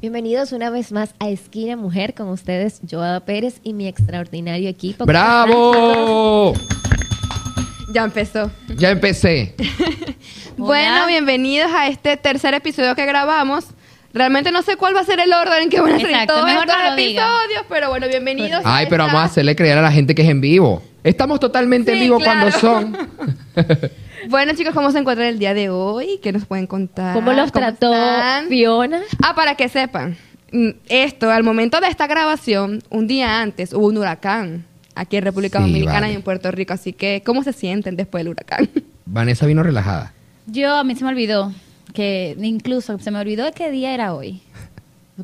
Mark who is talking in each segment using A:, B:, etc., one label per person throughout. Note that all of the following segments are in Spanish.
A: Bienvenidos una vez más a Esquina Mujer con ustedes, Joada Pérez y mi extraordinario equipo.
B: ¡Bravo!
C: Ya empezó.
B: Ya empecé.
C: Bueno, bienvenidos a este tercer episodio que grabamos. Realmente no sé cuál va a ser el orden en que van a salir
D: Exacto,
C: todos
D: mejor
C: estos
D: no lo diga.
C: episodios, pero bueno, bienvenidos. a
B: Ay, pero
C: esta-
B: vamos a hacerle creer a la gente que es en vivo. Estamos totalmente en
C: Sí,
B: vivo
C: claro.
B: cuando son.
C: Bueno, chicos, ¿cómo se encuentran el día de hoy? ¿Qué nos pueden contar?
A: ¿Cómo los trató
C: están?
A: Fiona?
C: Ah, para que sepan, mm, esto, al momento de esta grabación, un día antes hubo un huracán aquí en República
B: Sí,
C: Dominicana
B: vale.
C: y en Puerto Rico, así que, ¿cómo se sienten después del huracán?
B: Vanessa vino relajada.
D: Yo, a mí se me olvidó que, incluso se me olvidó qué día era hoy.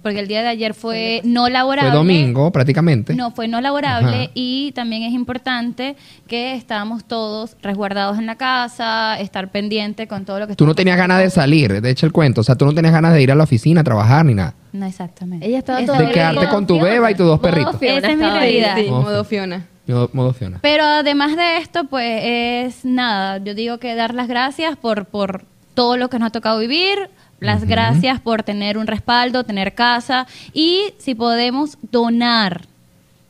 D: Porque el día de ayer fue no laborable.
B: Fue domingo prácticamente.
D: No, fue no laborable
B: Ajá.
D: y también es importante que estábamos todos resguardados en la casa, estar pendiente con todo lo que
B: Tú no tenías ganas de salir, de hecho el cuento. O sea, tú no tenías ganas de ir a la oficina a trabajar ni nada.
D: No, exactamente.
A: Ella estaba
D: Esa
A: todavía
B: De quedarte
A: modo
B: con tu
A: Fiona.
B: beba y tus
A: Modo
B: dos perritos.
A: Fiona
D: Esa es mi
A: estaba ahí.
D: realidad.
C: Sí,
B: Ojo.
C: modo Fiona.
B: Yo modo Fiona.
D: Pero además de esto, pues es nada, yo digo que dar las gracias por, por todo lo que nos ha tocado vivir, las
B: Ujú.
D: gracias por tener un respaldo, tener casa y si podemos donar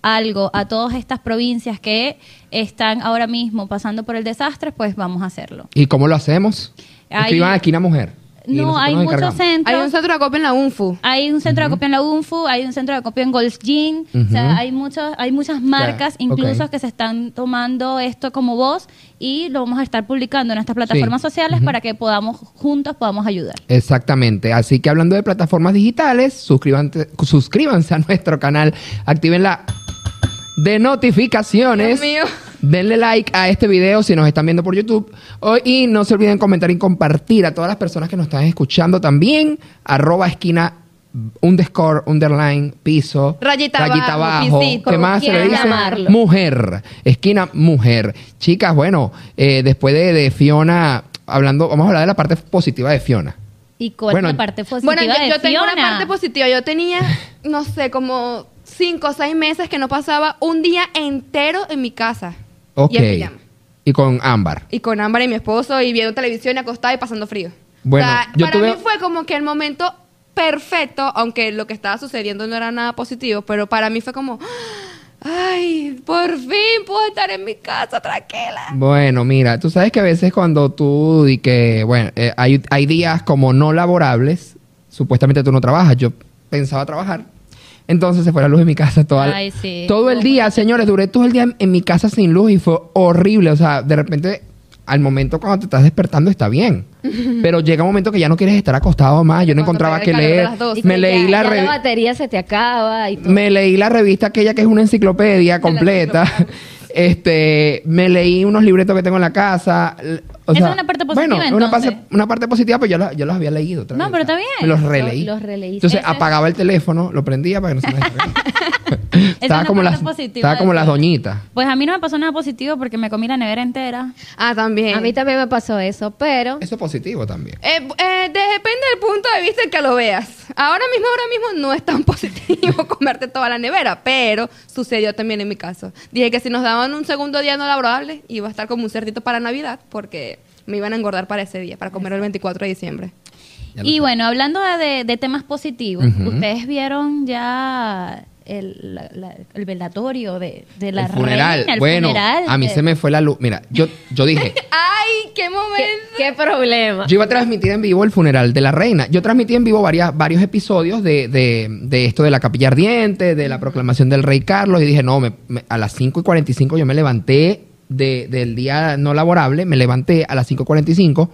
D: algo a todas estas provincias que están ahora mismo pasando por el desastre, pues vamos a hacerlo.
B: ¿Y cómo lo hacemos?
D: Ahí-
B: Escriban aquí una mujer. Y
D: No,
B: nosotros
D: hay
B: nos
D: muchos
B: encargamos.
D: centros.
C: Hay un centro de acopio en la UNFU.
D: Hay un centro de acopio en la UNFU, hay un centro de acopio en Gold's Gym, o
B: Ujú.
D: sea, hay, muchos, hay muchas marcas
B: Ya,
D: incluso
B: ok.
D: que se están tomando esto como voz y lo vamos a estar publicando en nuestras plataformas
B: Sí,
D: sociales para que podamos, juntos podamos ayudar.
B: Exactamente. Así que hablando de plataformas digitales, suscríbante- suscríbanse a nuestro canal, activen la de notificaciones.
C: Dios mío.
B: Denle like a este video si nos están viendo por YouTube. O- y no se olviden comentar y compartir a todas las personas que nos están escuchando también. Arroba esquina underscore, underline, piso.
C: Rayita abajo,
B: abajo.
C: pisito,
B: ¿Qué más se le
A: quieran
B: dice?
A: llamarlo.
B: Mujer. Esquina mujer. Chicas, bueno, eh, después de, de Fiona, hablando, vamos a hablar de la parte positiva de Fiona.
D: ¿Y cuál
B: Bueno,
D: es la parte positiva
C: Bueno, yo,
D: de
C: yo tengo una
D: Fiona?
C: parte positiva. Yo tenía, no sé, como cinco o seis meses que no pasaba un día entero en mi casa.
B: Ok.
C: Y en pijama.
B: Y con ámbar.
C: Y con Ámbar y mi esposo y viendo televisión y acostada y pasando frío.
B: Bueno,
C: o sea,
B: yo
C: para
B: tuve-
C: mí fue como que el momento perfecto, aunque lo que estaba sucediendo no era nada positivo, pero para mí fue como, ay, por fin puedo estar en mi casa tranquila.
B: Bueno, mira, tú sabes que a veces cuando tú y que, bueno, eh, hay, hay días como no laborables, supuestamente tú no trabajas, yo pensaba trabajar. Entonces se fue la luz en mi casa toda,
D: Ay, sí.
B: todo el día, señores, duré todo el día en, en mi casa sin luz y fue horrible, o sea, de repente al momento cuando te estás despertando está bien, pero llega un momento que ya no quieres estar acostado más, yo no
C: Cuando
B: encontraba que
C: pega el calor de
B: leer,
C: las doce.
B: me
A: Ya-
B: leí la
A: ya la
B: revista.
A: batería se te acaba y todo.
B: Me leí la revista aquella que es una enciclopedia completa. Este, me leí unos libretos que tengo en la casa. L- o
D: Esa
B: sea,
D: es una parte positiva,
B: Bueno, una
D: entonces.
B: parte, una parte positiva, pero ya, la- ya los había leído. otra
D: No,
B: vez,
D: pero
B: o sea,
D: está bien.
B: Me los releí.
A: Los- los releíste.
B: Entonces
D: Esa es-
B: apagaba el teléfono, lo prendía para que no se me descargara.
D: Esa
B: estaba
D: es
B: como
D: una
B: las,
D: parte positiva
B: estaba
D: de
B: como las
D: Fiona.
B: doñitas.
D: Pues a mí no me pasó nada positivo porque me comí la nevera entera.
C: Ah, también.
A: A mí también me pasó eso, pero
B: Eso es positivo también.
C: Eh, eh, de- depende del punto de vista en que lo veas. Ahora mismo, ahora mismo no es tan positivo comerte toda la nevera, pero sucedió también en mi caso. Dije que si nos daban un segundo día no laborable, iba a estar como un cerdito para Navidad, porque me iban a engordar para ese día, para comer el 24 de diciembre.
B: Ya lo
D: Y
B: sé.
D: bueno, hablando de, de- de temas positivos,
B: Ujú.
D: ustedes vieron ya el, la- la- el velatorio de, de la
B: el funeral.
D: reina, el
B: bueno,
D: funeral eh.
B: a mí
D: de-
B: se me fue la luz. Mira, yo, yo dije,
C: ¡Ay, qué momento!
A: qué problema.
B: Yo iba a transmitir en vivo el funeral de la reina. Yo transmití en vivo varias, varios episodios de, de- de esto de la capilla ardiente, de la proclamación del rey Carlos, y dije, no, me- me- a las 5 y 45 yo me levanté de- del día no laborable, me levanté a las 5 y 45,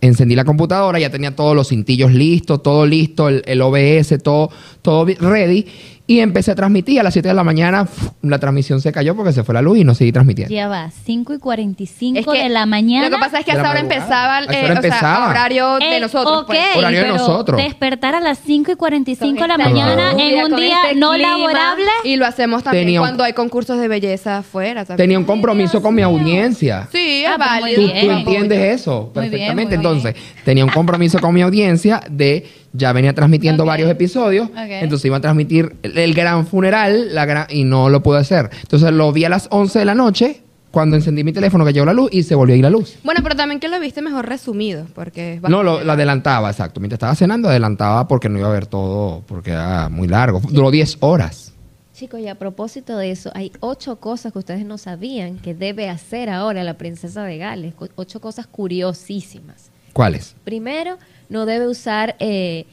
B: encendí la computadora, ya tenía todos los cintillos listos, todo listo, el, el OBS, todo, todo bi- ready, y empecé a transmitir. A las 7 de la mañana pf, la transmisión se cayó porque se fue la luz y no seguí transmitiendo.
D: Ya va, 5 y 45
C: Es que
D: de la mañana.
C: Lo que pasa es que a
B: De
C: esa
B: la
C: hora
B: madrugada.
C: empezaba
B: A
C: el
B: esa hora empezaba.
C: horario de
D: Ey,
C: nosotros.
D: ok,
C: pues.
B: Horario de
D: pero
B: nosotros.
D: Despertar a las 5 y 45 de la
A: Con
B: esta
D: mañana
A: lluvia,
D: en un
A: con
D: día
A: este
D: no
A: clima.
D: laborable.
C: Y lo hacemos también
B: Tenía un-
C: cuando hay concursos de belleza afuera. también.
B: Tenía un compromiso con mi audiencia.
C: Sí,
D: Ah,
C: es
D: pero muy
C: válido.
B: Tú,
D: bien.
B: tú entiendes eso
D: Muy bien,
B: perfectamente.
D: muy bien.
B: Entonces, tenía un compromiso con mi audiencia de ya venía transmitiendo
D: Ok.
B: varios episodios,
D: Ok.
B: entonces iba a transmitir el, el gran funeral la gran, y no lo pude hacer. Entonces lo vi a las 11 de la noche, cuando encendí mi teléfono que llegó la luz y se volvió a ir la luz.
C: Bueno, pero también que lo viste mejor resumido, porque es
B: No, lo,
C: bastante-
B: lo adelantaba, exacto. Mientras estaba cenando, adelantaba porque no iba a ver todo, porque era muy largo. Duró 10 horas.
A: Chicos, y a propósito de eso, hay ocho cosas que ustedes no sabían que debe hacer ahora la princesa de Gales. Co- Ocho cosas curiosísimas.
B: ¿Cuáles?
A: Primero, no debe usar eh,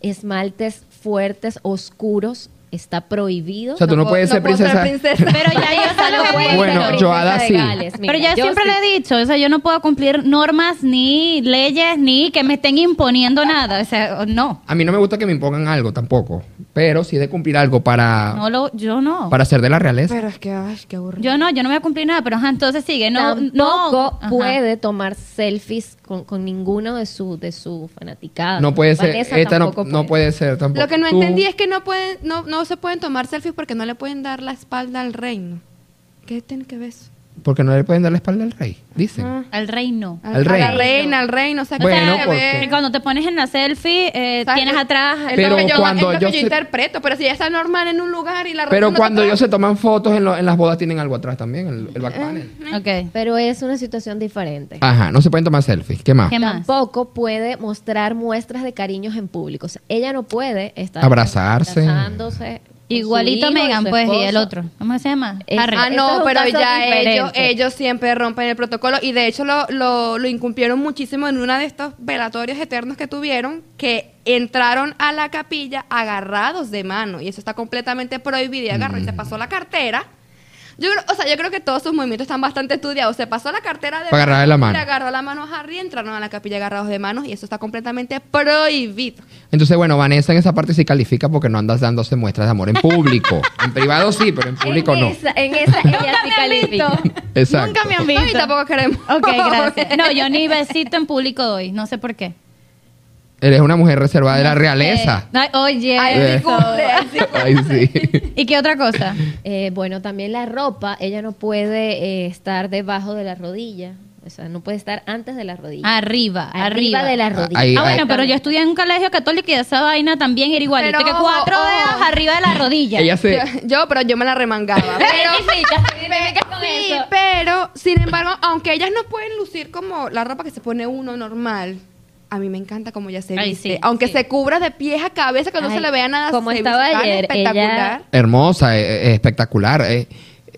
A: esmaltes fuertes, oscuros. Está prohibido.
B: O sea, tú no,
C: puedo-
B: puedes ser
C: puedo
B: princesa.
D: Pero ya yo
A: Esa no puede ser
B: Bueno,
A: princesa
B: Joada
A: de
B: sí.
A: Gales. Mira,
D: Pero yo,
A: yo
D: siempre
A: sí.
D: le he dicho, o sea, yo no puedo cumplir normas ni leyes ni que me estén imponiendo nada, o sea, no.
B: A mí no me gusta que me impongan algo tampoco, pero sí de cumplir algo para,
D: No lo yo no.
B: Ah. para ser de la realeza.
C: Pero es que, ay, qué aburrido.
D: Yo no, yo no voy a cumplir nada, pero ajá, entonces sigue, no no
A: Tampoco
D: ajá.
A: puede tomar selfies con, con ninguno de su de su fanaticada.
B: no puede ser,
A: Ah, Vanessa
B: esta no,
A: tampoco
B: no puede ser tampoco.
C: Lo que no
B: Tú-
C: entendí es que no pueden, no, no se pueden tomar selfies porque no le pueden dar la espalda al reino. ¿Qué tiene que ver eso?
B: Porque no le pueden dar la espalda al rey, dicen.
C: Ah.
D: al rey no.
B: Al
C: a la
B: reino.
C: reina, al reino. O sea, ¿qué
B: Bueno,
C: tiene que
B: porque-
C: ver?
D: Que Cuando te pones en la selfie, eh,
C: ¿Sabes?
D: tienes atrás
C: Es
B: Pero
C: lo que yo,
B: cuando
C: es lo que
B: yo
C: yo
B: se-
C: interpreto, pero si ya está normal en un lugar y la
B: Pero
C: reina no
B: cuando
C: te
B: ellos
C: trae-
B: se toman fotos en, lo- en las bodas tienen algo atrás también, el, el back
C: Eh.
B: panel.
D: Ok.
A: Pero es una situación
D: Ah.
A: diferente.
B: Ajá, no se pueden tomar selfies. ¿Qué más?
D: ¿Qué más?
A: Tampoco puede mostrar muestras de cariños en público. O sea, ella no puede estar
B: Abrazarse.
A: abrazándose con su hijo
D: Igualito
A: y
D: Megan,
A: su
D: pues, y
A: esposo.
D: el otro. ¿Cómo se llama?
A: Es-
D: Harry.
C: Ah,
A: Eso es
C: no,
A: un
C: pero
A: caso
C: ya ellos,
A: diferente.
C: ellos siempre rompen el protocolo y de hecho lo, lo, lo incumplieron muchísimo en una de estos velatorios eternos que tuvieron, que entraron a la capilla agarrados de mano y eso está completamente prohibido y agarró y
B: Mm.
C: se pasó la cartera. Yo creo, o sea, yo creo que todos sus movimientos están bastante estudiados. Se pasó la cartera de
B: Para agarrar la mano.
C: le agarró la mano a Harry, entraron a la capilla agarrados de manos y eso está completamente prohibido.
B: Entonces, bueno, Vanessa en esa parte sí califica porque no andas dándose muestras de amor en público. en privado sí, pero en público
A: en
B: no.
A: Esa, en esa ella sí califica.
B: Exacto.
D: Nunca me han
C: No,
D: visto.
C: y tampoco queremos.
D: Ok, gracias. No, yo ni besito en público doy, no sé por qué.
B: Eres una mujer reservada de la realeza.
D: Eh, ay, oye.
C: Ay,
B: Eh.
C: disculpe, así
B: Ay, sí.
D: ¿Y qué otra cosa?
A: Eh, bueno, también la ropa, ella no puede eh, estar debajo de la rodilla. O sea, no puede estar antes de la rodilla.
D: Arriba, arriba.
A: de la rodilla.
B: Ahí-
D: Ah,
B: ahí-
D: bueno, pero yo estudié en un colegio católico y esa vaina también era igualito.
C: Pero
D: que
C: ojo,
D: cuatro
C: ojo.
D: dedos arriba de la rodilla.
B: Ella se...
C: Yo- Yo, pero yo me la remangaba. Pero, sí,
D: eso.
C: pero, sin embargo, aunque ellas no pueden lucir como la ropa que se pone uno normal, a mí me encanta como ya se viste.
D: Ay, sí,
C: aunque
D: sí.
C: se cubra de pies a cabeza, que no
A: Ay,
C: se le vea nada.
A: como
C: se viste
A: estaba
C: tan
A: ayer,
C: Espectacular.
B: Hermosa, eh, eh, espectacular. eh.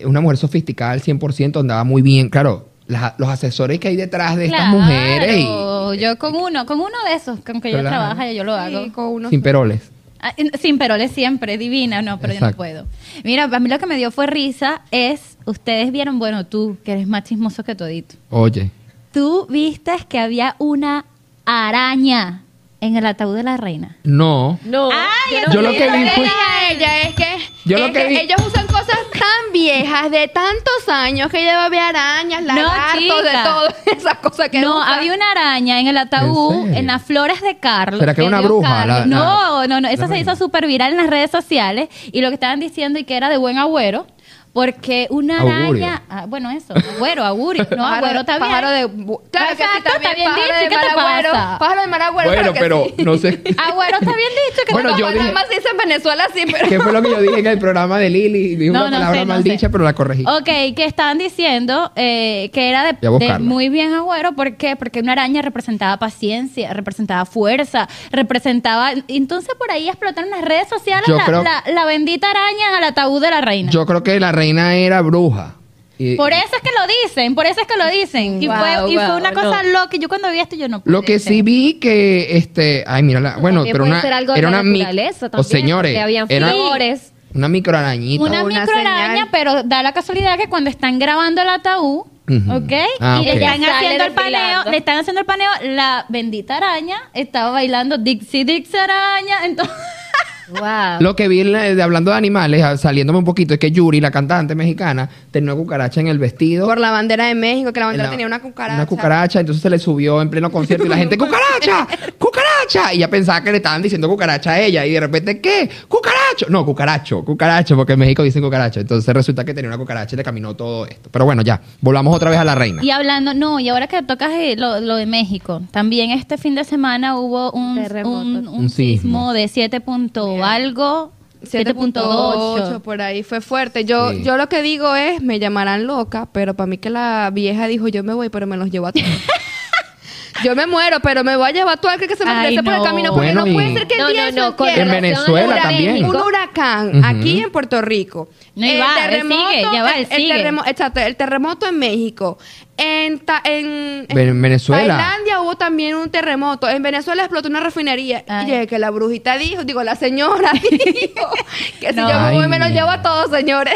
B: Una mujer sofisticada al 100%, andaba muy bien. Claro, las- los asesores que hay detrás de estas
D: Claro,
B: mujeres y-
D: Yo con uno, con uno de esos, con que yo
B: Claro.
D: trabajo, yo lo hago.
C: Sí, con uno
B: sin peroles.
D: Ah, en- Sin peroles siempre, divina, no, pero
B: Exacto.
D: yo no puedo. Mira, a mí lo que me dio fue risa es, ustedes vieron, bueno, tú, que eres más chismoso que todito.
B: Oye,
D: Tú vistes que había una araña en el ataúd de la reina.
B: no.
A: No,
D: Ay,
A: yo no
D: eso
B: Yo lo
D: sí
B: que
D: es
B: vi
C: Lo que
B: fue-
D: verdad.
C: dijo ella es que,
B: Yo lo
C: es
B: que vi-
C: ellos usan cosas tan viejas, de tantos años, que ya había arañas, lagartos, de
D: chica.
C: todas esas cosas que
D: No,
C: usan.
D: había una araña en el ataúd,
B: ¿En
D: ¿En,
B: serio?
D: las flores de Carlos.
B: ¿Será que era una
D: dio
B: bruja, la-
D: Carlos. no,
B: la-
D: no, no,
B: la
D: esa se
B: reina?
D: hizo súper viral en las redes sociales y lo que estaban diciendo y que era de buen agüero, porque una araña,
B: Augurio.
D: Ah, bueno, eso, agüero, augurio, no, agüero está bien.
C: Pájaro de... bu- Claro que sí,
D: Exacto,
C: también
D: está bien
C: pájaro
D: dicho,
C: de
D: ¿qué
C: mal
D: te
C: agüero.
D: pasa?
C: Pájaro de mal agüero,
B: Bueno,
C: que
B: pero
C: sí.
B: no sé.
C: Ah,
D: Agüero está bien dicho, que
B: Bueno,
D: te
B: yo
D: pasa?
B: dije-
C: Además, dice en Venezuela siempre.
B: ¿Qué fue lo que yo dije en el programa de Lili? Dije
D: No,
B: una
D: no
B: palabra
D: sé, Oh, no
B: maldicha,
D: sé.
B: pero la corregí.
D: Ok, que estaban diciendo eh, que era de,
B: Voy a buscarla.
D: de muy bien agüero. ¿Por qué? Porque una araña representaba paciencia, representaba fuerza, representaba... Entonces por ahí explotaron las redes sociales
B: Yo
D: la,
B: creo-
D: la- la bendita araña al ataúd de la reina.
B: Yo eh, creo que la reina era bruja. Y-
D: Por eso es que lo dicen, por eso es que lo dicen. Y,
A: Wow,
D: fue, y fue
A: wow,
D: una
A: no.
D: cosa loca. Yo cuando vi esto, yo no
B: Lo
D: pude
B: que
D: ser.
B: sí vi que este, ay mira, la- bueno,
A: También
B: pero
A: puede
B: una
A: ser algo de
B: era
A: la
B: una mi-
A: naturaleza
B: o
A: también,
B: señores,
A: porque habían
B: era
A: flores.
B: una microarañita.
D: Una,
C: Una
D: microaraña,
C: señal.
D: pero da la casualidad que cuando están grabando el ataúd,
B: Ujú.
D: ¿ok?
B: Ah,
D: y le
B: ok.
D: están
A: Sale
D: haciendo el
A: desfilando.
D: paneo, le están haciendo el paneo, la bendita araña estaba bailando Dixie Dixie araña, entonces
A: Wow.
B: Lo que vi en la- de- hablando de animales, ah, saliéndome un poquito, es que Yuri, la cantante mexicana, tenía una cucaracha en el vestido.
C: Por la bandera de México, que la bandera
B: En la-
C: tenía una cucaracha.
B: Una cucaracha, entonces se le subió en pleno concierto y la gente, ¡cucaracha! ¡cucaracha! Y ella pensaba que le estaban diciendo cucaracha a ella y de repente, ¿qué? ¡cucaracho! No, cucaracho, cucaracho, porque en México dicen cucaracho. Entonces resulta que tenía una cucaracha y le caminó todo esto. Pero bueno, ya, volvamos otra vez a la reina.
D: y hablando, no, y ahora que tocas eh, lo, lo de México, también este fin de semana hubo un
A: Terremoto.
D: un, un
B: Un sismo.
D: sismo de 7 punto algo
C: 7.8 por ahí fue fuerte. Yo
B: Sí.
C: yo lo que digo es, me llamarán loca, pero para mí que la vieja dijo, yo me voy, pero me los llevo a todos. yo me muero, pero me voy a llevar a todo el que se me
D: Ay,
C: regrese por el
D: no.
C: camino, porque
B: Bueno,
C: no
B: y-
C: puede ser que el
A: No,
C: día
A: no, no, con
B: En
A: relación al
B: Venezuela
A: huracán
B: también.
A: Nico,
C: un huracán
B: Ujú.
C: aquí en Puerto Rico.
D: No, y va, él sigue, ya va, él
C: el,
D: sigue.
C: terremo- exacto, el terremoto en México. En, ta- en, en
B: Ven- Venezuela.
C: Tailandia hubo también un terremoto. En Venezuela explotó una refinería.
D: Ay.
C: Y es que la brujita dijo, digo, la señora dijo, que si
D: No.
C: yo me voy me lo
B: Ay.
C: llevo a todos, señores.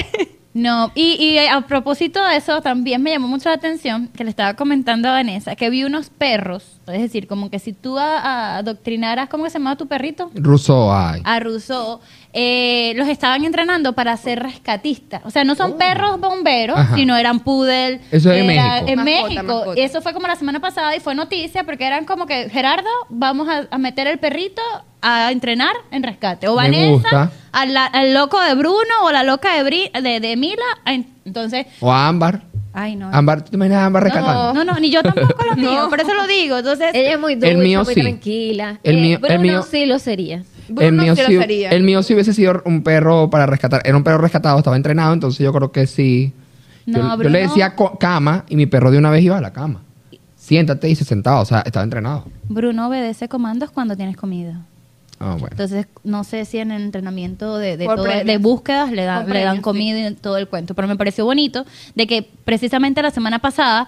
D: No, y, y eh, a propósito de eso, también me llamó mucho la atención que le estaba comentando a Vanessa que vi unos perros, es decir, como que si tú a- a- adoctrinaras, ¿cómo que se llamaba tu perrito?
B: Ruso, ay.
D: A Rousseau, eh, los estaban entrenando para ser rescatistas. O sea, no son perros bomberos,
B: Oh. Ajá.
D: sino eran poodle.
B: Eso es en
D: era-
B: México.
D: En
C: Mascota,
D: México.
C: mascota.
D: Eso fue como la semana pasada y fue noticia porque eran como que, Gerardo, vamos a, a meter el perrito a entrenar en rescate. O
B: Me gusta.
D: Vanessa, a la- al loco de Bruno o la loca de, Bri- de, de Mila. a en- Entonces,
B: O a Ámbar.
D: ay, no.
B: Ámbar, ¿tú te imaginas a Ámbar rescatando?
D: No, no, no, ni yo tampoco lo digo, por eso lo digo. Entonces,
A: Ella es muy
B: El
A: dulce,
B: mío
A: muy
B: sí.
A: tranquila.
B: El
A: Eh,
B: mío- el
A: Bruno
B: mío-
A: sí lo sería.
C: Bruno
B: el, mío
C: sí lo
B: sí,
C: sería.
B: el mío sí hubiese sido un perro para rescatar. Era un perro rescatado, estaba entrenado, entonces yo creo que sí.
D: No,
B: yo, yo
D: Bruno.
B: le decía co- cama y mi perro de una vez iba a la cama. Siéntate y se sentaba, o sea, estaba entrenado.
D: Bruno obedece comandos cuando tienes comida.
B: Ah, bueno.
D: Entonces, no sé si en el entrenamiento de, de
C: Por
D: todo-
C: premios.
D: de búsquedas le, dan
C: Por
D: le dan
C: premios,
D: comida y todo el cuento. Pero me pareció bonito de que precisamente la semana pasada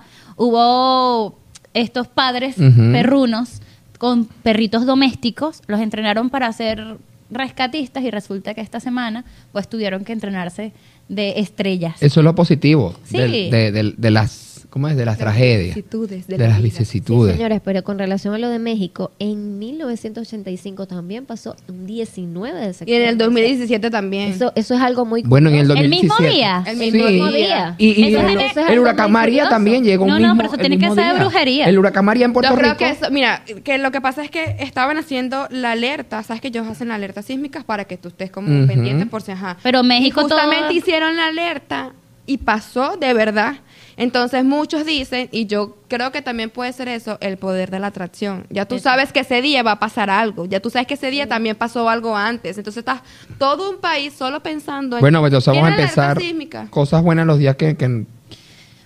D: hubo estos padres
B: Ujú.
D: perrunos con perritos domésticos, los entrenaron para ser rescatistas y resulta que esta semana pues tuvieron que entrenarse de estrellas.
B: Eso es lo positivo
D: Sí.
B: del- de, del- de las ¿cómo es? de las tragedias.
C: vicisitudes de
B: de,
C: la
B: las
C: vida.
B: vicisitudes.
A: Sí, señores, pero con relación a lo de México, en 1985 también pasó un 19 de
C: Y
A: septiembre.
C: en el 2017 también.
A: Eso, eso es algo muy...
B: Bueno, en el
D: ¿El
B: 2017.
D: mismo día?
C: El mismo
B: Sí.
A: día.
B: Y, y
D: Eso es-
B: el,
D: eso es
B: el
A: algo
B: huracán
A: muy
B: María
A: curioso.
B: también llegó
D: No,
B: un
D: no,
B: mismo-
D: pero eso
B: el
D: tiene que
B: mismo
D: ser de
B: día.
D: brujería.
B: El huracán María en Puerto
C: yo creo
B: Rico.
C: que eso, mira, que lo que pasa es que estaban haciendo la alerta, sabes que ellos hacen alertas sísmicas para que tú estés como
B: Ujú.
C: pendiente por si ajá.
D: Pero México
C: Y justamente
D: todo-
C: hicieron la alerta y pasó de verdad. Entonces muchos dicen y yo creo que también puede ser eso, el poder de la atracción. Ya tú sabes que ese día va a pasar algo, ya tú sabes que ese día también pasó algo antes. Entonces estás todo un país solo pensando en
B: Bueno, pues entonces vamos a
C: ¿Tiene alerta
B: empezar
C: sísmica?
B: cosas buenas los días que, que-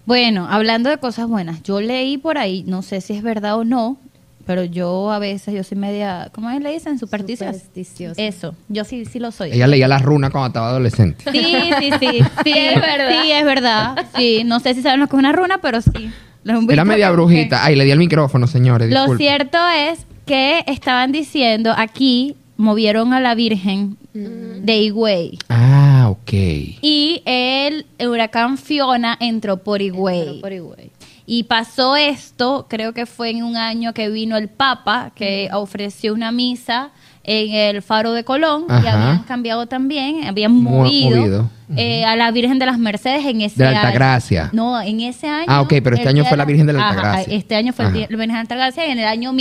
D: Bueno, hablando de cosas buenas, yo leí por ahí, no sé si es verdad o no, pero yo a veces, yo soy media, ¿cómo es le dicen? Supersticiosa.
A: Supersticiosa.
D: Eso, yo sí, sí lo soy.
B: ella leía las runas cuando estaba adolescente.
D: Sí, sí, sí, sí, es verdad. Sí, es verdad. Sí, no sé si saben lo que es una runa, pero sí. Lo invito
B: Era
D: a
B: media
D: que-
B: brujita. eh, Ay, le di al micrófono, señores.
D: Lo
B: disculpen.
D: cierto es que estaban diciendo aquí movieron a la Virgen de Higüey.
B: Ah, ok.
D: Y el huracán Fiona entró por
A: Pero
D: Higüey.
A: por igual.
D: Y pasó esto, creo que fue en un año que vino el Papa, que ofreció una misa en el Faro de Colón, y
B: Ajá.
D: habían cambiado también, habían
B: Mu-
D: movido,
B: movido.
D: eh, a la Virgen de las Mercedes en ese
B: De la
D: año.
B: Altagracia.
D: No, en ese año.
B: Ah, ok, pero este
D: el
B: año
D: día
B: fue la Virgen de la
D: Ajá,
B: Altagracia.
D: este año fue el
B: Ajá.
D: día- la Virgen de la Altagracia, y en el año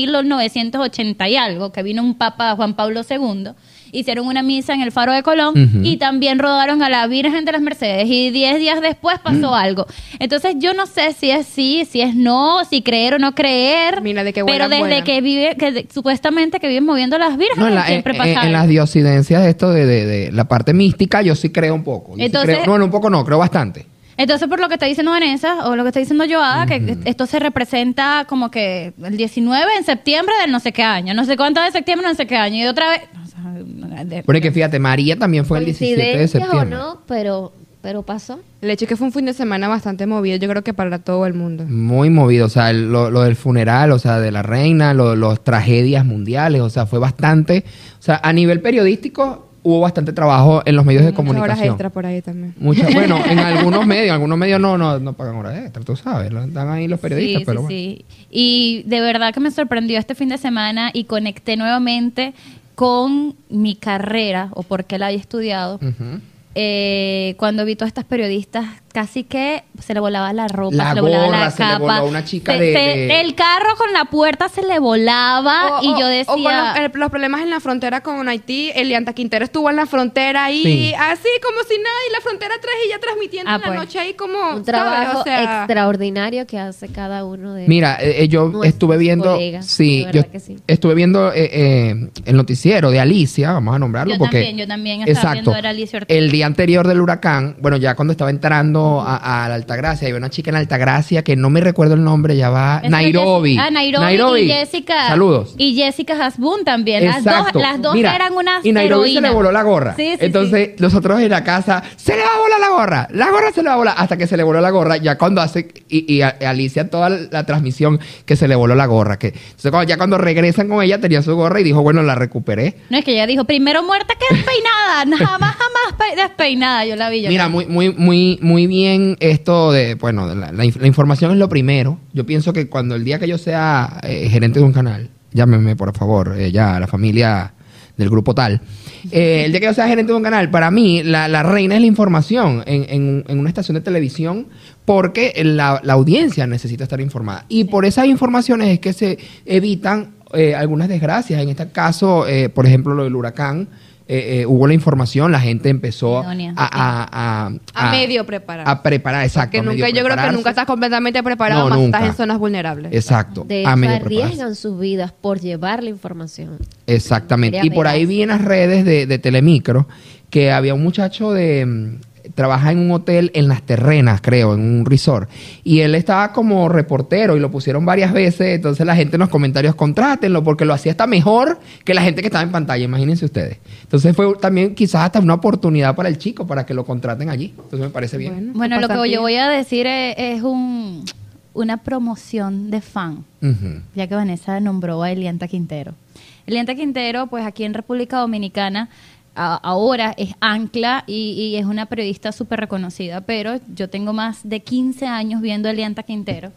D: 1980 y algo, que vino un Papa Juan Pablo II. Hicieron una misa en el Faro de Colón
B: Ujú.
D: y también rodaron a la Virgen de las Mercedes y 10 días después
B: Mm.
D: pasó algo. Entonces yo no sé si es sí, si es no, si creer o no creer.
C: Mira, de que
D: Pero
C: vuelan,
D: desde
C: vuelan.
D: que vive, que de- supuestamente que viven moviendo las vírgenes,
B: No, en, la-
D: siempre
B: en-
D: pasa
B: en- en
D: algo.
B: las diosidencias, esto de, de- de la parte mística, yo sí creo un poco. Yo sí
D: Entonces-
B: creo- no, no, un poco no, creo bastante.
D: Entonces, por lo que está diciendo Vanessa, o lo que está diciendo Joada, que esto se representa como que el 19 en septiembre del no sé qué año, no sé cuánto de septiembre, no sé qué año, y otra vez... o sea, de-
B: Porque fíjate, María también fue el 17 de
A: Coincidencias
B: septiembre.
A: o no, pero, pero pasó.
C: El hecho es que fue un fin de semana bastante movido, yo creo que para todo el mundo.
B: Muy movido, o sea, el- lo, lo del funeral, o sea, de la reina, lo- los tragedias mundiales, o sea, fue bastante, o sea, a nivel periodístico hubo bastante trabajo en los medios de
C: Muchas horas
B: comunicación.
C: extra por ahí también.
B: Muchas- bueno, en algunos medios, algunos medios no, no, no pagan horas extra, tú sabes, lo dan ahí los periodistas,
D: sí,
B: pero
D: sí,
B: bueno.
D: sí. Y de verdad que me sorprendió este fin de semana y conecté nuevamente con mi carrera o por qué la había estudiado.
B: Ujú.
D: eh, cuando vi todas estas periodistas casi que se le volaba la ropa,
B: La
D: se le volaba
B: gorra,
D: la
B: se le
D: capa.
B: voló a una chica de- de-
D: El carro con la puerta se le volaba
C: O-
D: Ah, y
C: o-
D: yo decía...
C: O con los, el- los problemas en la frontera con Haití, Elianta Quintero estuvo en la frontera ahí,
B: Sí.
C: así como si nada, y la frontera atrás y ya transmitiendo
D: Ah,
C: en la
D: pues.
C: noche ahí como.
A: Un trabajo
C: ¿sabes? O sea,
A: extraordinario que hace cada uno de
B: Mira, eh, eh, yo
A: Nuestros
B: estuve viendo,
A: colegas,
B: sí,
A: de
B: yo
A: verdad que sí.
B: estuve viendo eh, eh, el noticiero de Alicia, vamos a nombrarlo
D: Yo
B: porque
D: también, yo también estaba
B: exacto.
D: viendo era Alicia Ortiz.
B: el día anterior del huracán, bueno, ya cuando estaba entrando a, a la Altagracia, había una chica en Altagracia que no me recuerdo el nombre, ya va,
D: Eso,
B: Nairobi.
D: Jessy- Ah, Nairobi, y Jessica.
B: Saludos.
D: Y Jessica Hasbun también. Las dos,
B: Exacto.
D: las dos
B: Mira,
D: eran unas
B: Y Nairobi se
D: heroínas.
B: le voló la gorra.
D: Sí, sí,
B: Entonces, nosotros en la casa, se le va a volar la gorra. La gorra se le va a volar. Hasta que se le voló la gorra, ya cuando hace. Y, y a- Alicia, toda la transmisión, que se le voló la gorra. Que, entonces, cuando- ya cuando regresan con ella, tenía su gorra y dijo, bueno, la recuperé.
D: No, es que ella dijo, primero muerta que despeinada. Jamás, jamás pe- despeinada. Yo la vi. yo
B: Mira,
D: la-
B: muy, muy, muy, muy bien esto de, bueno, de la, la inf- la información es lo primero. Yo pienso que cuando el día que yo sea eh, gerente de un canal, llámeme por favor, eh, ya a la familia del grupo tal. Eh, el día que yo sea gerente de un canal, para mí la, la reina es la información en, en- en una estación de televisión porque la, la audiencia necesita estar informada. Y por esas informaciones es que se evitan eh, algunas desgracias. En este caso, eh, por ejemplo, lo del huracán, eh, eh, hubo la información, la gente empezó a,
D: Idónea.
B: a, a,
C: A medio preparar.
B: A preparar, exacto.
C: que
B: a medio
C: nunca, yo creo que
B: prepararse.
C: nunca estás completamente preparado,
B: No,
C: más estás
B: nunca.
C: en zonas vulnerables.
B: Exacto.
A: De
B: a
A: hecho,
B: medio prepararse.
A: arriesgan sus vidas por llevar la información.
B: Exactamente.
A: Quería
B: Y por ahí
A: pegarse.
B: vi en las redes de, de Telemicro que había un muchacho de mm, trabaja en un hotel en las terrenas, creo, en un resort. Y él estaba como reportero y lo pusieron varias veces. Entonces la gente en los comentarios contrátenlo porque lo hacía hasta mejor que la gente que estaba en pantalla, imagínense ustedes. Entonces fue también quizás hasta una oportunidad para el chico para que lo contraten allí. Entonces me parece bien.
D: Bueno, lo que yo
C: Pasantía.
D: voy a decir es, es un, una promoción de fan.
B: Ujú.
D: ya que Vanessa nombró a Elianta Quintero. Elianta Quintero, pues aquí en República Dominicana, a- ahora es ancla y, y es una periodista súper reconocida, pero yo tengo más de 15 años viendo a Elianta Quintero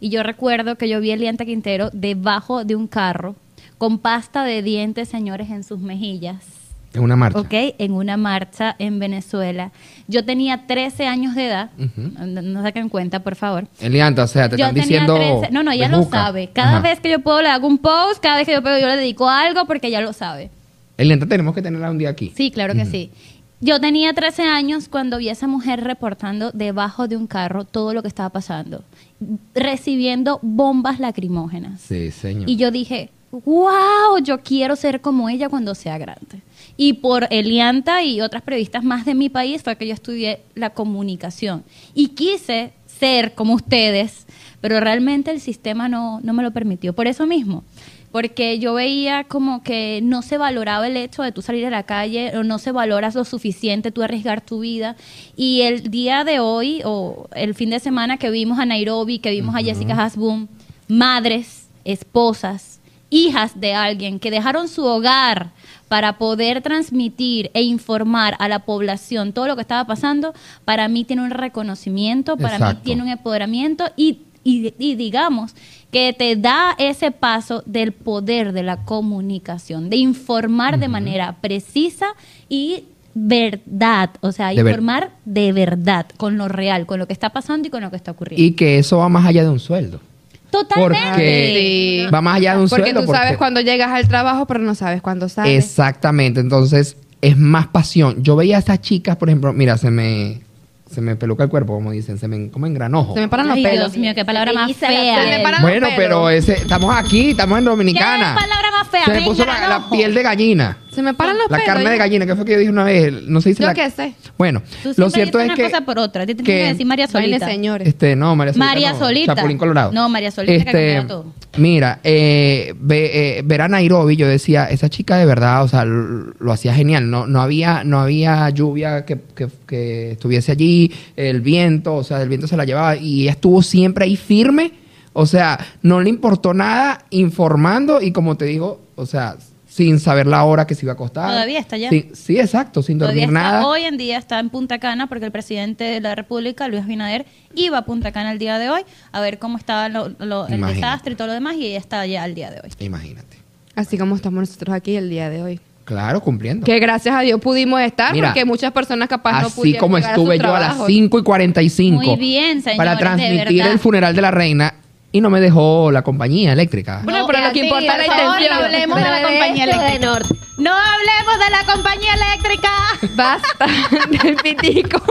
D: y yo recuerdo que yo vi a Elianta Quintero debajo de un carro con pasta de dientes, señores, en sus mejillas.
B: Es una marcha.
D: Ok, en una marcha en Venezuela. Yo tenía 13 años de edad,
B: Ujú.
D: no, no saquen cuenta, por favor.
B: Elianta, o sea, te
D: Yo
B: están
D: tenía
B: diciendo.
D: 13 No, no, ya lo
B: bejuca.
D: sabe. Cada
B: Ajá.
D: vez que yo puedo le hago un post, cada vez que yo puedo yo le dedico algo porque ya lo sabe.
B: Elianta, tenemos que tenerla un día aquí.
D: Sí, claro que sí. Yo tenía 13 años cuando vi a esa mujer reportando debajo de un carro todo lo que estaba pasando, recibiendo bombas lacrimógenas.
B: Sí, señor.
D: Y yo dije, wow, yo quiero ser como ella cuando sea grande. Y por Elianta y otras periodistas más de mi país fue que yo estudié la comunicación. Y quise ser como ustedes, pero realmente el sistema no, no me lo permitió. Por eso mismo, porque yo veía como que no se valoraba el hecho de tú salir a la calle, o no se valoras lo suficiente, tú arriesgar tu vida. Y el día de hoy, o el fin de semana que vimos a Nairobi, que vimos a Jessica Hasbun, madres, esposas, hijas de alguien que dejaron su hogar para poder transmitir e informar a la población todo lo que estaba pasando, para mí tiene un reconocimiento, para
B: Exacto.
D: mí tiene un empoderamiento y, y- y digamos que te da ese paso del poder de la comunicación, de informar de manera precisa y verdad, o sea,
B: De ver-
D: informar de verdad, con lo real, con lo que está pasando y con lo que está ocurriendo.
B: Y que eso va más allá de un sueldo.
D: Totalmente.
B: Porque
C: Sí.
B: va más allá de un
C: Porque
B: sueldo.
C: tú sabes cuándo llegas al trabajo, pero no sabes cuándo sales.
B: Exactamente. Entonces, es más pasión. Yo veía a esas chicas, por ejemplo, mira, se me, se me peluca el cuerpo, como dicen, se me, en- como engranojo.
C: Se me paran los
D: Ay,
C: pelos.
D: Dios mío, qué palabra
A: Se
D: más
A: eriza la
D: fea.
A: piel.
C: Se me paran
B: Bueno,
C: los pelos.
B: pero ese, estamos aquí, estamos en Dominicana.
D: ¿Qué palabra más fea?
B: Se me
D: Me
B: puso la,
D: engranojo.
B: la piel de gallina.
C: Se me paran los
B: La
C: pelos.
B: carne de
C: ya.
B: gallina, que fue que yo dije una vez, no sé si
C: Yo
B: la-
C: qué sé.
B: Bueno,
D: Tú
B: lo
D: siempre
B: cierto
D: dices
B: es
D: una
B: que
D: cosa por otra. Te tienes
B: que-
D: que decir María
C: Baile,
D: Solita.
C: señores.
B: Este, no, María Solita.
D: María
B: no,
D: Solita.
B: Chapulín Colorado. Este,
D: No, María Solita, que cambiara todo.
B: Mira, eh, ve- eh, ver a Nairobi, yo decía, esa chica de verdad, o sea, lo, lo hacía genial. No, no, había, no había lluvia que, que- que estuviese allí, el viento, o sea, el viento se la llevaba y ella estuvo siempre ahí firme. O sea, no le importó nada informando y como te digo, o sea, sin saber la hora que se iba a costar.
D: Todavía está allá.
B: Sí, sí, exacto, sin
D: Todavía
B: dormir
D: está-
B: nada.
D: Hoy en día está en Punta Cana porque el presidente de la República, Luis Abinader, iba a Punta Cana el día de hoy a ver cómo estaba lo- lo- el
B: Imagínate.
D: desastre y todo lo demás y ella está allá al día de hoy.
B: Imagínate.
C: Así como estamos nosotros aquí el día de hoy.
B: Claro, cumpliendo.
C: Que gracias a Dios pudimos estar,
B: Mira,
C: porque muchas personas capaz no
B: Así
C: pudieron.
B: como
C: llegar
B: estuve
C: su
B: yo a las
C: trabajo.
B: 5 y 45
D: Muy bien, señores,
B: para
D: de
B: transmitir
D: verdad.
B: el funeral de la reina y no me dejó la compañía eléctrica.
C: Bueno, pero lo que
A: Andy,
C: importa es la
A: eh, por favor,
C: intención.
A: No hablemos de la compañía eléctrica. De norte.
D: No hablemos de la compañía eléctrica.
C: Basta del pitico.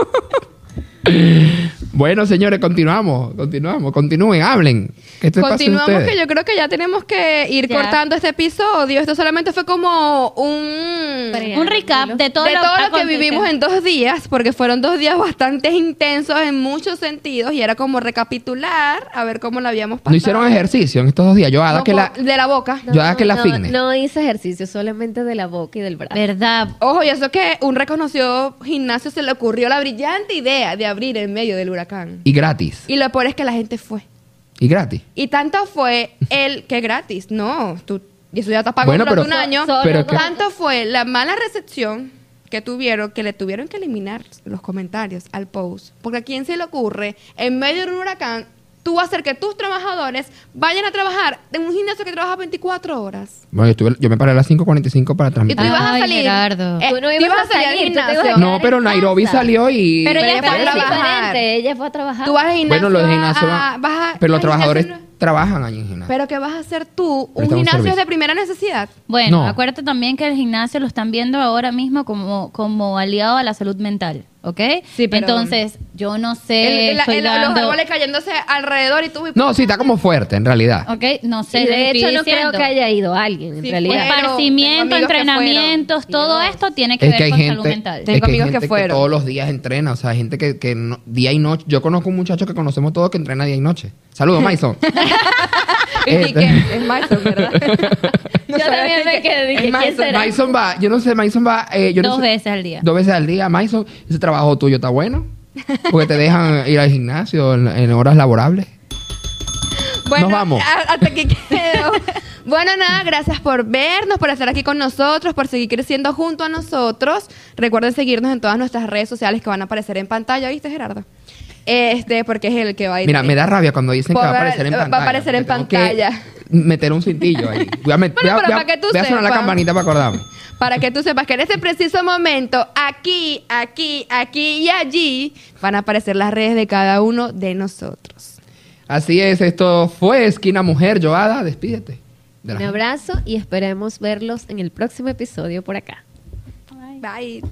B: Bueno, señores, continuamos, continuamos, continúen, hablen. Que esto es para
C: Continuamos,
B: ustedes.
C: que yo creo que ya tenemos que ir
D: Ya.
C: cortando este episodio. Esto solamente fue como un.
A: Pero
D: Un recap de todo,
C: de
D: lo,
C: todo lo que
D: acontecido.
C: vivimos en dos días, porque fueron dos días bastante intensos en muchos sentidos y era como recapitular a ver cómo la habíamos pasado.
B: No hicieron ejercicio en estos dos días. Yo haga
C: No,
B: que la...
C: con- De la boca.
B: Yo haga que la
A: no,
B: fitness.
A: No hice ejercicio, solamente de la boca y del brazo.
D: ¿Verdad?
C: Ojo, y eso que un reconocido gimnasio se le ocurrió la brillante idea de abrir en medio del huracán.
B: Y gratis.
C: Y lo peor es que la gente fue.
B: Y gratis.
C: Y tanto fue el que gratis. No, tú, y eso ya está pagado
B: Bueno,
C: durante
B: pero-
C: un año.
A: So-
B: pero que-
C: tanto fue la mala recepción que tuvieron, que le tuvieron que eliminar los comentarios al post. Porque a quién se le ocurre, en medio de un huracán, tú hacer que tus trabajadores vayan a trabajar en un gimnasio que trabaja 24 horas.
B: Bueno, yo, estuve- yo me paré a las 5.45 para
C: Y tú
B: transmitir. Ah,
D: Ay,
C: ibas a salir.
D: Gerardo.
C: eh,
A: Tú no
C: tú
A: ibas
C: ibas
A: a
C: a salir al
A: salir, tú te ibas a
C: gimnasio.
A: quedar
B: No, pero
A: en
B: Nairobi
A: casa.
B: salió y...
D: Pero ella
A: Pero
D: fue a
A: es
C: trabajar.
A: diferente, ella fue a trabajar.
C: Tú vas al gimnasio.
B: bueno, los gimnasios...
C: a-
B: van-
C: vas a-
B: pero los
C: al gimnasio
B: trabajadores
C: no-
B: trabajan allí en gimnasio.
C: Pero ¿qué vas a hacer tú? Un
B: Prestamos
C: gimnasio es
B: servicio.
C: de primera necesidad.
D: Bueno,
B: No.
D: acuérdate también que el gimnasio lo están viendo ahora mismo como, como aliado a la salud mental, ¿ok?
C: Sí, pero-
D: Entonces, yo no sé,
C: El- el-
D: estoy
C: el-
D: dando-
C: Los árboles cayéndose alrededor y tú...
B: No, sí, está como fuerte, en realidad.
D: ¿ok? No sé,
A: Y
D: les
A: de hecho,
D: estoy
A: no creo
D: diciendo.
A: que haya ido alguien, en
C: Sí, pues,
A: realidad.
C: fue. Pero
D: Esparcimiento,
C: tengo amigos que
D: entrenamientos, todo esto tiene que
B: Es
D: ver
B: que hay
D: con
B: gente,
D: salud mental.
C: Tengo
B: es que hay
C: amigos que
B: gente que,
C: fueron.
B: todos los días entrena, o sea, hay gente que, que no- día y noche. Yo conozco un muchacho que conocemos todos que entrena día y noche. Saludos, Maison.
C: Y
B: Eh,
C: dije, es Maison, ¿verdad? No
A: Yo
C: sabía
A: también
C: si
A: me
C: que-
A: quedé, dije,
C: es
A: ¿quién
C: Maison.
A: será?
B: Maison va, yo no sé, Maison va. eh, yo no
D: Dos
B: sé-
D: veces al día.
B: Dos veces al día, Maison. Ese trabajo tuyo está bueno. Porque te dejan ir al gimnasio en, en horas laborables.
C: Bueno,
B: Nos vamos.
C: a- hasta aquí quedó. bueno, nada, gracias por vernos, por estar aquí con nosotros, por seguir creciendo junto a nosotros. Recuerden seguirnos en todas nuestras redes sociales que van a aparecer en pantalla, ¿viste, Gerardo? Este, porque es el que va a ir.
B: Mira, me da rabia cuando dicen que va a
C: Ponga-
B: aparecer en
C: va a
B: pantalla.
C: aparecer en
B: porque tengo que
C: pantalla.
B: Meter un cintillo ahí. Voy a, met-
C: Bueno,
B: voy a-
C: pero
B: voy a-
C: para que tú
B: voy a sonar la
C: sepas.
B: campanita para acordarme.
C: Para que tú sepas que en este preciso momento, aquí, aquí, aquí y allí, van a aparecer las redes de cada uno de nosotros.
B: Así es, esto fue Esquina Mujer. Joada, despídete. de la
A: Un
B: gente.
A: abrazo y esperemos verlos en el próximo episodio por acá.
C: Bye.